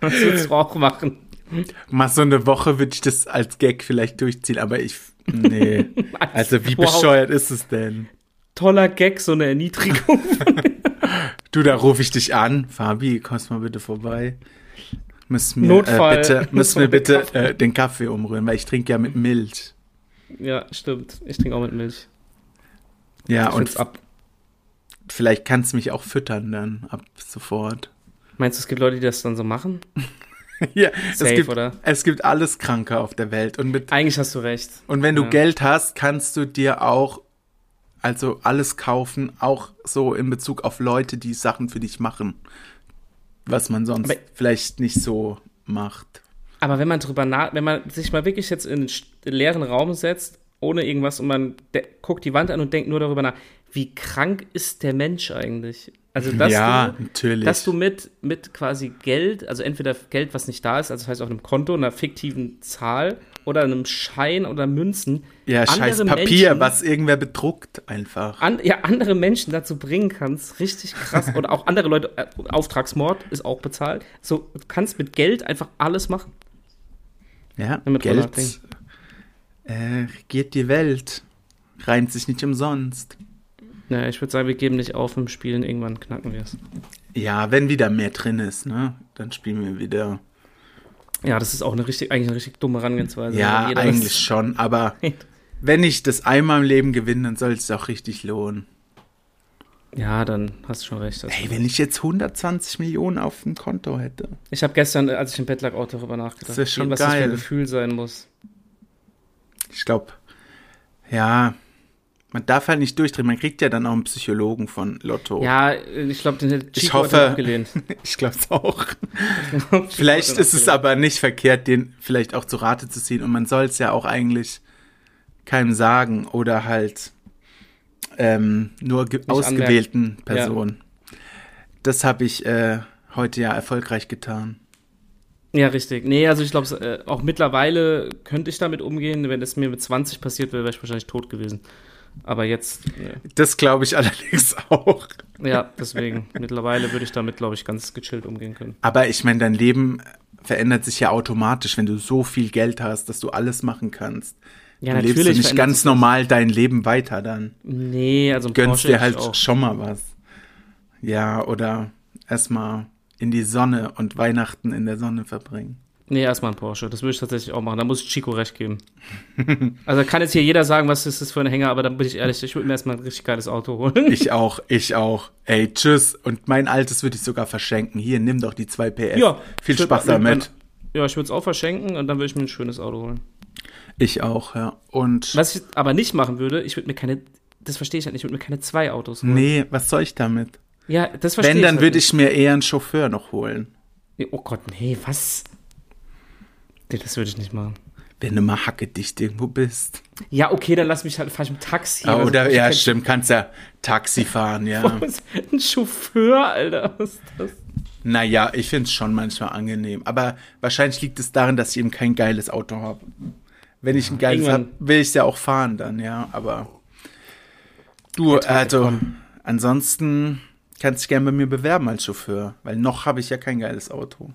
Speaker 1: Das willst du auch machen.
Speaker 2: Mal so eine Woche würde ich das als Gag vielleicht durchziehen, aber ich. Nee. Also, wie
Speaker 1: Wow.
Speaker 2: bescheuert ist es denn?
Speaker 1: Toller Gag, so eine Erniedrigung.
Speaker 2: Du, da rufe ich dich an. Fabi, kommst mal bitte vorbei. Müssen mir
Speaker 1: Notfall.
Speaker 2: Äh, bitte, müssen
Speaker 1: Notfall
Speaker 2: mir
Speaker 1: den
Speaker 2: bitte äh, den Kaffee umrühren, weil ich trinke ja mit Milch.
Speaker 1: ja, stimmt. Ich trinke auch mit Milch.
Speaker 2: Ja,
Speaker 1: ich
Speaker 2: und
Speaker 1: find's ab.
Speaker 2: vielleicht kannst du mich auch füttern dann ab sofort.
Speaker 1: Meinst du, es gibt Leute, die das dann so machen?
Speaker 2: ja,
Speaker 1: Safe,
Speaker 2: es gibt,
Speaker 1: oder?
Speaker 2: es gibt alles Kranke auf der Welt. Und, mit,
Speaker 1: Eigentlich hast du recht.
Speaker 2: und wenn du
Speaker 1: Ja.
Speaker 2: Geld hast, kannst du dir auch also alles kaufen, auch so in Bezug auf Leute, die Sachen für dich machen, was man sonst
Speaker 1: Aber-
Speaker 2: vielleicht nicht so macht.
Speaker 1: Aber wenn man drüber nach, wenn man sich mal wirklich jetzt in einen st- leeren Raum setzt, ohne irgendwas und man de- guckt die Wand an und denkt nur darüber nach, wie krank ist der Mensch eigentlich? Also, dass
Speaker 2: ja,
Speaker 1: du,
Speaker 2: natürlich.
Speaker 1: dass du mit, mit quasi Geld, also entweder Geld, was nicht da ist, also das heißt auf einem Konto, einer fiktiven Zahl oder einem Schein oder Münzen,
Speaker 2: Ja,
Speaker 1: andere
Speaker 2: scheiß Papier,
Speaker 1: Menschen- Ah,
Speaker 2: was irgendwer bedruckt einfach.
Speaker 1: an, ja, andere Menschen dazu bringen kannst, richtig krass, oder auch andere Leute, äh, Auftragsmord ist auch bezahlt, so du kannst mit Geld einfach alles machen.
Speaker 2: Ja,
Speaker 1: Damit wir
Speaker 2: Geld
Speaker 1: nachdenken.
Speaker 2: äh, regiert die Welt. Reimt sich nicht umsonst.
Speaker 1: Naja, ich würde sagen, wir geben nicht auf im Spielen, irgendwann knacken wir es.
Speaker 2: Ja, wenn wieder mehr drin ist, ne? Dann spielen wir wieder.
Speaker 1: Ja, das ist auch eine richtig, eigentlich eine richtig dumme Herangehensweise.
Speaker 2: ja,
Speaker 1: Wenn jeder
Speaker 2: eigentlich schon, aber
Speaker 1: Das,
Speaker 2: wenn ich das einmal im Leben gewinne, dann soll es auch richtig lohnen.
Speaker 1: ja, dann hast du schon recht. Also,
Speaker 2: Ey, wenn ich jetzt 120 Millionen auf dem Konto hätte.
Speaker 1: ich habe gestern, äh, als ich im Bett lag, auch darüber nachgedacht,
Speaker 2: Das ist schon
Speaker 1: was das für
Speaker 2: geil.
Speaker 1: ein Gefühl sein muss.
Speaker 2: Ich glaube, ja, man darf halt nicht durchdrehen. Man kriegt ja dann auch einen Psychologen von Lotto.
Speaker 1: Ja, ich glaube, den hätte Chico
Speaker 2: Oh. hoffe-
Speaker 1: hat ihn abgelehnt.
Speaker 2: Ich glaube es auch.
Speaker 1: Chico hat
Speaker 2: Vielleicht
Speaker 1: ihn
Speaker 2: ist
Speaker 1: abgelehnt.
Speaker 2: es aber nicht verkehrt, den vielleicht auch zu Rate zu ziehen. Und man soll es ja auch eigentlich keinem sagen oder halt ähm, nur ge- ausgewählten Personen. Das habe ich äh, heute ja erfolgreich getan.
Speaker 1: Ja, richtig. Nee, also ich glaube, äh, auch mittlerweile könnte ich damit umgehen. Wenn es mir mit 20 passiert wäre, wäre ich wahrscheinlich tot gewesen. Aber jetzt, nee.
Speaker 2: Das glaube ich allerdings auch.
Speaker 1: ja, deswegen, mittlerweile würde ich damit, glaube ich, ganz gechillt umgehen können.
Speaker 2: Aber ich meine, dein Leben verändert sich ja automatisch, wenn du so viel Geld hast, dass du alles machen kannst.
Speaker 1: Ja,
Speaker 2: du lebst du nicht
Speaker 1: verändert
Speaker 2: ganz normal dein Leben weiter dann.
Speaker 1: Nee, also ein
Speaker 2: gönnst
Speaker 1: Porsche
Speaker 2: dir
Speaker 1: hätte ich
Speaker 2: halt
Speaker 1: auch.
Speaker 2: schon mal was. Ja, oder erstmal in die Sonne und Weihnachten in der Sonne verbringen.
Speaker 1: Nee, erstmal ein Porsche. Das würde ich tatsächlich auch machen. Da muss ich Chico recht geben. also kann jetzt hier jeder sagen, was ist das für ein Hänger, aber dann bin ich ehrlich, ich würde mir erstmal ein richtig geiles Auto holen.
Speaker 2: Ich auch, ich auch. Ey, tschüss. Und mein altes würde ich sogar verschenken. Hier, nimm doch die 2 PS.
Speaker 1: Ja,
Speaker 2: Viel
Speaker 1: ich würd-
Speaker 2: Spaß
Speaker 1: ich würd-
Speaker 2: damit.
Speaker 1: ja, ich würde es auch verschenken und dann würde ich mir ein schönes Auto holen.
Speaker 2: Ich auch, ja. Und
Speaker 1: Was ich aber nicht machen würde, ich würde mir keine, das verstehe ich halt nicht, ich würde mir keine zwei Autos holen.
Speaker 2: nee, was soll ich damit?
Speaker 1: Ja, das verstehe
Speaker 2: Hm. Wenn,
Speaker 1: ich
Speaker 2: dann
Speaker 1: halt
Speaker 2: würde
Speaker 1: nicht.
Speaker 2: ich mir eher einen Chauffeur noch holen.
Speaker 1: Nee, Oh Gott, nee, was? Nee, das würde ich nicht machen.
Speaker 2: Wenn du mal hackedicht irgendwo bist.
Speaker 1: Ja, okay, dann lass mich halt, fahr ich mit dem Taxi.
Speaker 2: Ah,
Speaker 1: so.
Speaker 2: oder,
Speaker 1: Ich
Speaker 2: ja,
Speaker 1: kenn-
Speaker 2: stimmt, kannst ja Taxi fahren, ja.
Speaker 1: Ein Chauffeur, Alter, was ist das?
Speaker 2: Naja, ich finde es schon manchmal angenehm. Aber wahrscheinlich liegt es daran, dass ich eben kein geiles Auto habe. Wenn ich ein geiles habe,
Speaker 1: irgendwann-
Speaker 2: will ich ja auch fahren dann, ja. Aber du, also, ansonsten kannst dich gerne bei mir bewerben als Chauffeur, weil noch habe ich ja kein geiles Auto.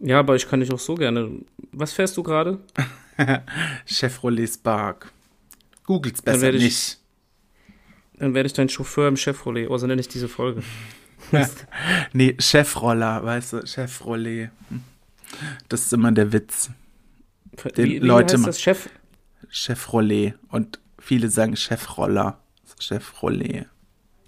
Speaker 1: Ja, aber ich kann dich auch so gerne. Was fährst du gerade?
Speaker 2: Chevrolet Spark. Googles
Speaker 1: Dann
Speaker 2: besser
Speaker 1: werde ich-
Speaker 2: nicht.
Speaker 1: Dann werde ich dein Chauffeur im Chevrolet. Oh, so nenne ich diese Folge.
Speaker 2: Nee, Chefroller, weißt du, Chevrolet. Das ist immer der Witz. Den
Speaker 1: wie, wie
Speaker 2: Leute
Speaker 1: heißt
Speaker 2: ma-
Speaker 1: das Chef?
Speaker 2: Chevrolet. Und viele sagen Chefroller. Chevrolet.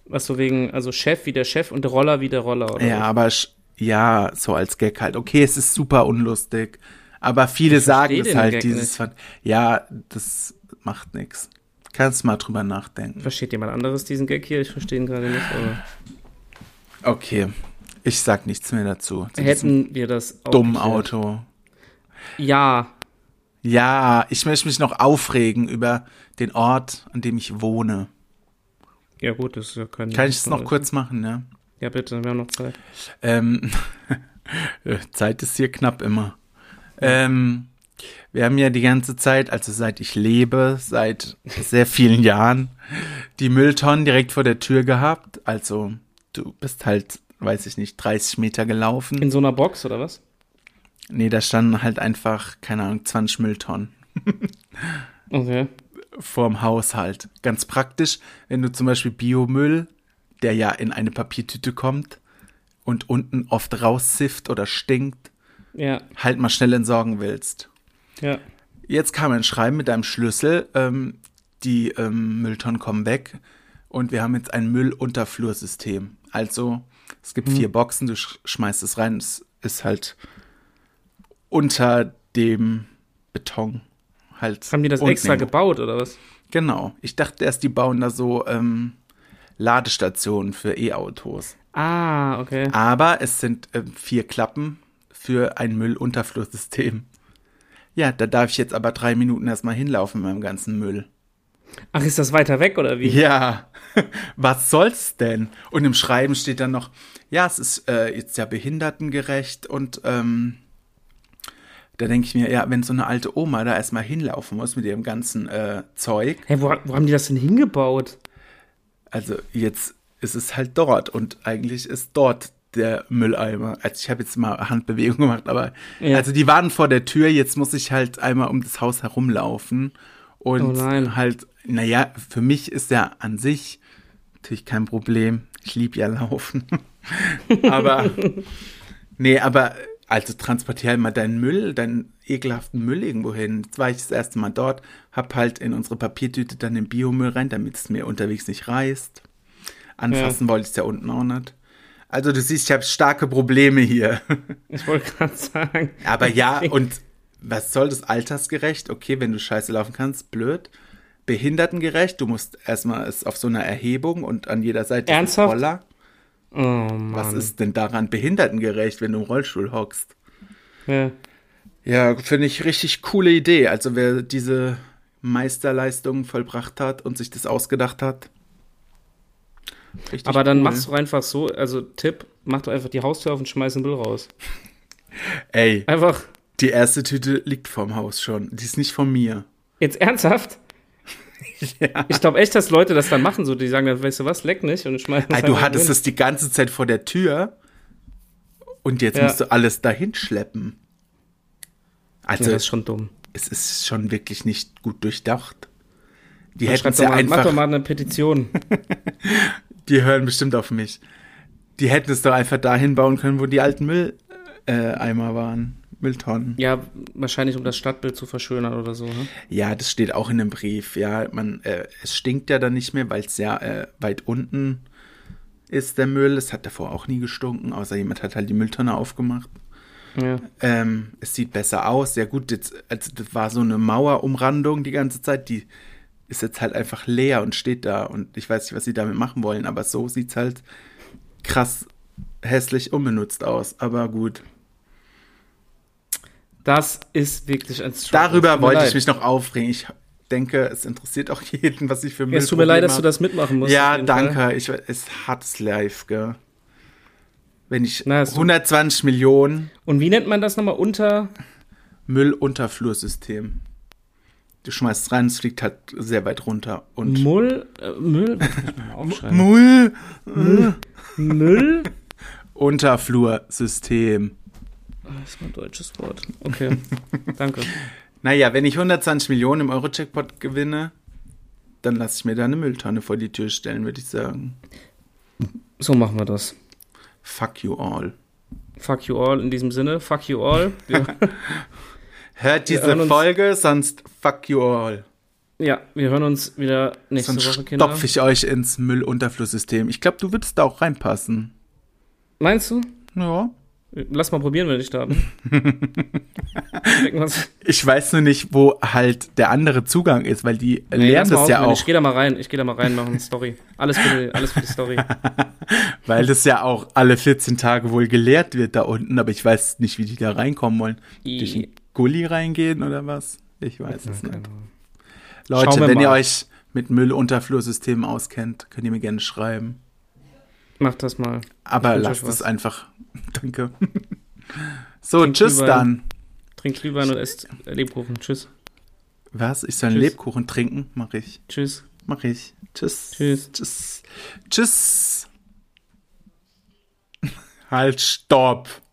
Speaker 1: Was so wegen, also Chef wie der Chef und Roller wie der Roller, oder?
Speaker 2: Ja, aber sch- ja, so als Gag halt. Okay, es ist super unlustig. Aber viele sagen
Speaker 1: verstehe
Speaker 2: es
Speaker 1: den
Speaker 2: halt,
Speaker 1: Gag
Speaker 2: dieses Ver- Ja, das macht nix. Kannst mal drüber nachdenken.
Speaker 1: Versteht jemand anderes diesen Gag hier? Ich verstehe ihn gerade nicht. Aber
Speaker 2: Okay. Ich sag nichts mehr dazu. Zu diesem
Speaker 1: hätten wir das auch
Speaker 2: dummen
Speaker 1: geklärt.
Speaker 2: Auto.
Speaker 1: Ja,
Speaker 2: Ja, ich möchte mich noch aufregen über den Ort, an dem ich wohne.
Speaker 1: ja gut, das ist ja kein.
Speaker 2: Kann ich es noch kurz machen, ne?
Speaker 1: Ja bitte, wir haben noch Zeit.
Speaker 2: Ähm, äh, Zeit ist hier knapp immer. Ähm, wir haben ja die ganze Zeit, also seit ich lebe, seit sehr vielen Jahren, die Mülltonnen direkt vor der Tür gehabt. Also du bist halt, weiß ich nicht, 30 Meter gelaufen.
Speaker 1: In so einer Box oder was?
Speaker 2: Nee, da standen halt einfach, keine Ahnung, 20 Mülltonnen.
Speaker 1: Okay.
Speaker 2: vorm Haushalt. Ganz praktisch, wenn du zum Beispiel Biomüll, der ja in eine Papiertüte kommt und unten oft raussifft oder stinkt,
Speaker 1: Ja,
Speaker 2: halt mal schnell entsorgen willst.
Speaker 1: ja.
Speaker 2: Jetzt kam ein Schreiben mit einem Schlüssel, ähm, die ähm, Mülltonnen kommen weg und wir haben jetzt ein Müllunterflursystem. Also es gibt
Speaker 1: Hm.
Speaker 2: vier Boxen, du sch schmeißt es rein, es ist halt unter dem Beton halt.
Speaker 1: Haben die das extra
Speaker 2: unten.
Speaker 1: gebaut oder was?
Speaker 2: Genau. Ich dachte erst, die bauen da so ähm, Ladestationen für E-Autos.
Speaker 1: Ah, okay.
Speaker 2: Aber es sind ähm, vier Klappen für ein Müllunterflusssystem. Ja, da darf ich jetzt aber drei Minuten erstmal hinlaufen mit meinem ganzen Müll.
Speaker 1: Ach, ist das weiter weg oder wie?
Speaker 2: Ja, was soll's denn? Und im Schreiben steht dann noch, ja, es ist äh, jetzt ja behindertengerecht und ähm, da denke ich mir, ja, wenn so eine alte Oma da erstmal hinlaufen muss mit ihrem ganzen äh, Zeug,
Speaker 1: Hä, wo, wo haben die das denn hingebaut?
Speaker 2: Also jetzt ist es halt dort und eigentlich ist dort der Mülleimer. Also ich habe jetzt mal Handbewegung gemacht, aber
Speaker 1: Ja.
Speaker 2: also die waren vor der Tür, jetzt muss ich halt einmal um das Haus herumlaufen und
Speaker 1: Oh nein.
Speaker 2: halt, naja, für mich ist ja an sich natürlich kein Problem. Ich liebe ja Laufen. aber nee, aber also transportier halt mal deinen Müll, deinen ekelhaften Müll irgendwo hin. Jetzt war ich das erste Mal dort, hab halt in unsere Papiertüte dann den Biomüll rein, damit es mir unterwegs nicht reißt. Anfassen wollte ich es ja unten auch nicht. Also du siehst, ich habe starke Probleme hier.
Speaker 1: Ich wollte gerade sagen.
Speaker 2: Aber ja, und was soll das altersgerecht? Okay, wenn du scheiße laufen kannst, blöd. Behindertengerecht, du musst erstmal es auf so einer Erhebung und an jeder Seite ist ein
Speaker 1: Ernsthaft?
Speaker 2: Roller.
Speaker 1: Oh Mann.
Speaker 2: Was ist denn daran behindertengerecht, wenn du im Rollstuhl hockst?
Speaker 1: Ja.
Speaker 2: Ja, finde ich richtig coole Idee. Also wer diese Meisterleistung vollbracht hat und sich das ausgedacht hat. richtig
Speaker 1: Aber dann
Speaker 2: cool.
Speaker 1: machst du einfach so, also Tipp, mach doch einfach die Haustür auf und schmeiß den Müll raus.
Speaker 2: Ey,
Speaker 1: Einfach,
Speaker 2: die erste Tüte liegt vorm Haus schon. Die ist nicht von mir.
Speaker 1: jetzt ernsthaft? Ich glaube echt, dass Leute das dann machen, so die sagen dann, weißt du was, leck nicht und schmeißen.
Speaker 2: Ey, Also du hattest es die ganze Zeit vor der Tür und jetzt
Speaker 1: Ja.
Speaker 2: musst du alles dahin schleppen.
Speaker 1: Ja,
Speaker 2: Also
Speaker 1: das ist schon dumm.
Speaker 2: es ist schon wirklich nicht gut durchdacht. Die
Speaker 1: Dann
Speaker 2: hätten
Speaker 1: schreib
Speaker 2: es
Speaker 1: doch
Speaker 2: ja
Speaker 1: mal, mach
Speaker 2: einfach
Speaker 1: doch mal eine Petition.
Speaker 2: Die hören bestimmt auf mich. Die hätten es doch einfach dahin bauen können, wo die alten Mülleimer äh, Eimer waren. Mülltonnen.
Speaker 1: ja, wahrscheinlich um das Stadtbild zu verschönern oder so. Ne?
Speaker 2: Ja, das steht auch in dem Brief. Ja, man, äh, es stinkt ja dann nicht mehr, weil es ja äh, weit unten ist, der Müll. Es hat davor auch nie gestunken, außer jemand hat halt die Mülltonne aufgemacht.
Speaker 1: Ja.
Speaker 2: Ähm, es sieht besser aus. Ja, gut, jetzt, also, das war so eine Mauerumrandung die ganze Zeit. Die ist jetzt halt einfach leer und steht da. Und ich weiß nicht, was sie damit machen wollen, aber so sieht es halt krass hässlich unbenutzt aus. Aber gut.
Speaker 1: Das ist wirklich ein Struggle. Tut
Speaker 2: Darüber
Speaker 1: mir
Speaker 2: wollte
Speaker 1: leid.
Speaker 2: ich mich noch aufregen. Ich denke, es interessiert auch jeden, was ich für Müll
Speaker 1: Es tut mir leid, dass du das mitmachen musst. auf
Speaker 2: Ja,
Speaker 1: jeden Fall.
Speaker 2: danke. Ich, es hat's live, gell? Wenn ich
Speaker 1: Na, ist gut.
Speaker 2: 120 Millionen
Speaker 1: Und wie nennt man das nochmal unter?
Speaker 2: Müllunterflursystem. Du schmeißt rein, es fliegt halt sehr weit runter. Und
Speaker 1: Mull? Äh, Müll? Muss ich mal aufschreiben.
Speaker 2: Müll
Speaker 1: Müll?
Speaker 2: Unterflursystem.
Speaker 1: Das ist mal ein deutsches Wort. Okay, danke.
Speaker 2: Naja, wenn ich 120 Millionen im Euro-Jackpot gewinne, dann lasse ich mir da eine Mülltonne vor die Tür stellen, würde ich sagen.
Speaker 1: So machen wir das.
Speaker 2: Fuck you all.
Speaker 1: Fuck you all in diesem Sinne. Fuck you all. Wir,
Speaker 2: Hört
Speaker 1: Wir hören
Speaker 2: diese
Speaker 1: uns-
Speaker 2: Folge, sonst fuck you all.
Speaker 1: ja, wir hören uns wieder nächste
Speaker 2: Sonst
Speaker 1: Woche, Kinder.
Speaker 2: stopfe ich euch ins Müllunterflusssystem. Ich glaube, du würdest da auch reinpassen.
Speaker 1: Meinst du?
Speaker 2: Ja.
Speaker 1: Lass mal probieren, wenn ich da bin. Checken wir's.
Speaker 2: Ich weiß nur nicht, wo halt der andere Zugang ist, weil die
Speaker 1: Nee,
Speaker 2: lernen
Speaker 1: lass mal
Speaker 2: das ja
Speaker 1: ausprobieren.
Speaker 2: auch,
Speaker 1: Ich gehe da mal rein. Ich gehe da mal rein, machen eine Story. Alles für die, alles für die Story.
Speaker 2: weil das ja auch alle 14 Tage wohl gelehrt wird da unten, aber ich weiß nicht, wie die da reinkommen wollen.
Speaker 1: I-
Speaker 2: Durch einen Gully reingehen oder was? Ich weiß es
Speaker 1: Keine
Speaker 2: nicht.
Speaker 1: Ahnung. Schauen
Speaker 2: Leute,
Speaker 1: wir
Speaker 2: wenn ihr
Speaker 1: mal.
Speaker 2: euch mit Müllunterflursystemen auskennt, könnt ihr mir gerne schreiben.
Speaker 1: Mach das mal.
Speaker 2: Aber
Speaker 1: wünsche
Speaker 2: lasst
Speaker 1: euch was.
Speaker 2: es einfach. Danke. So,
Speaker 1: Trinkt
Speaker 2: tschüss
Speaker 1: Glühwein.
Speaker 2: dann.
Speaker 1: Trinkt Glühwein und esst Lebkuchen. Tschüss.
Speaker 2: Was? Ich soll einen
Speaker 1: Tschüss.
Speaker 2: Lebkuchen trinken? Mach ich.
Speaker 1: Tschüss.
Speaker 2: Mach ich. Tschüss.
Speaker 1: Tschüss.
Speaker 2: Tschüss. Tschüss. Halt, stopp.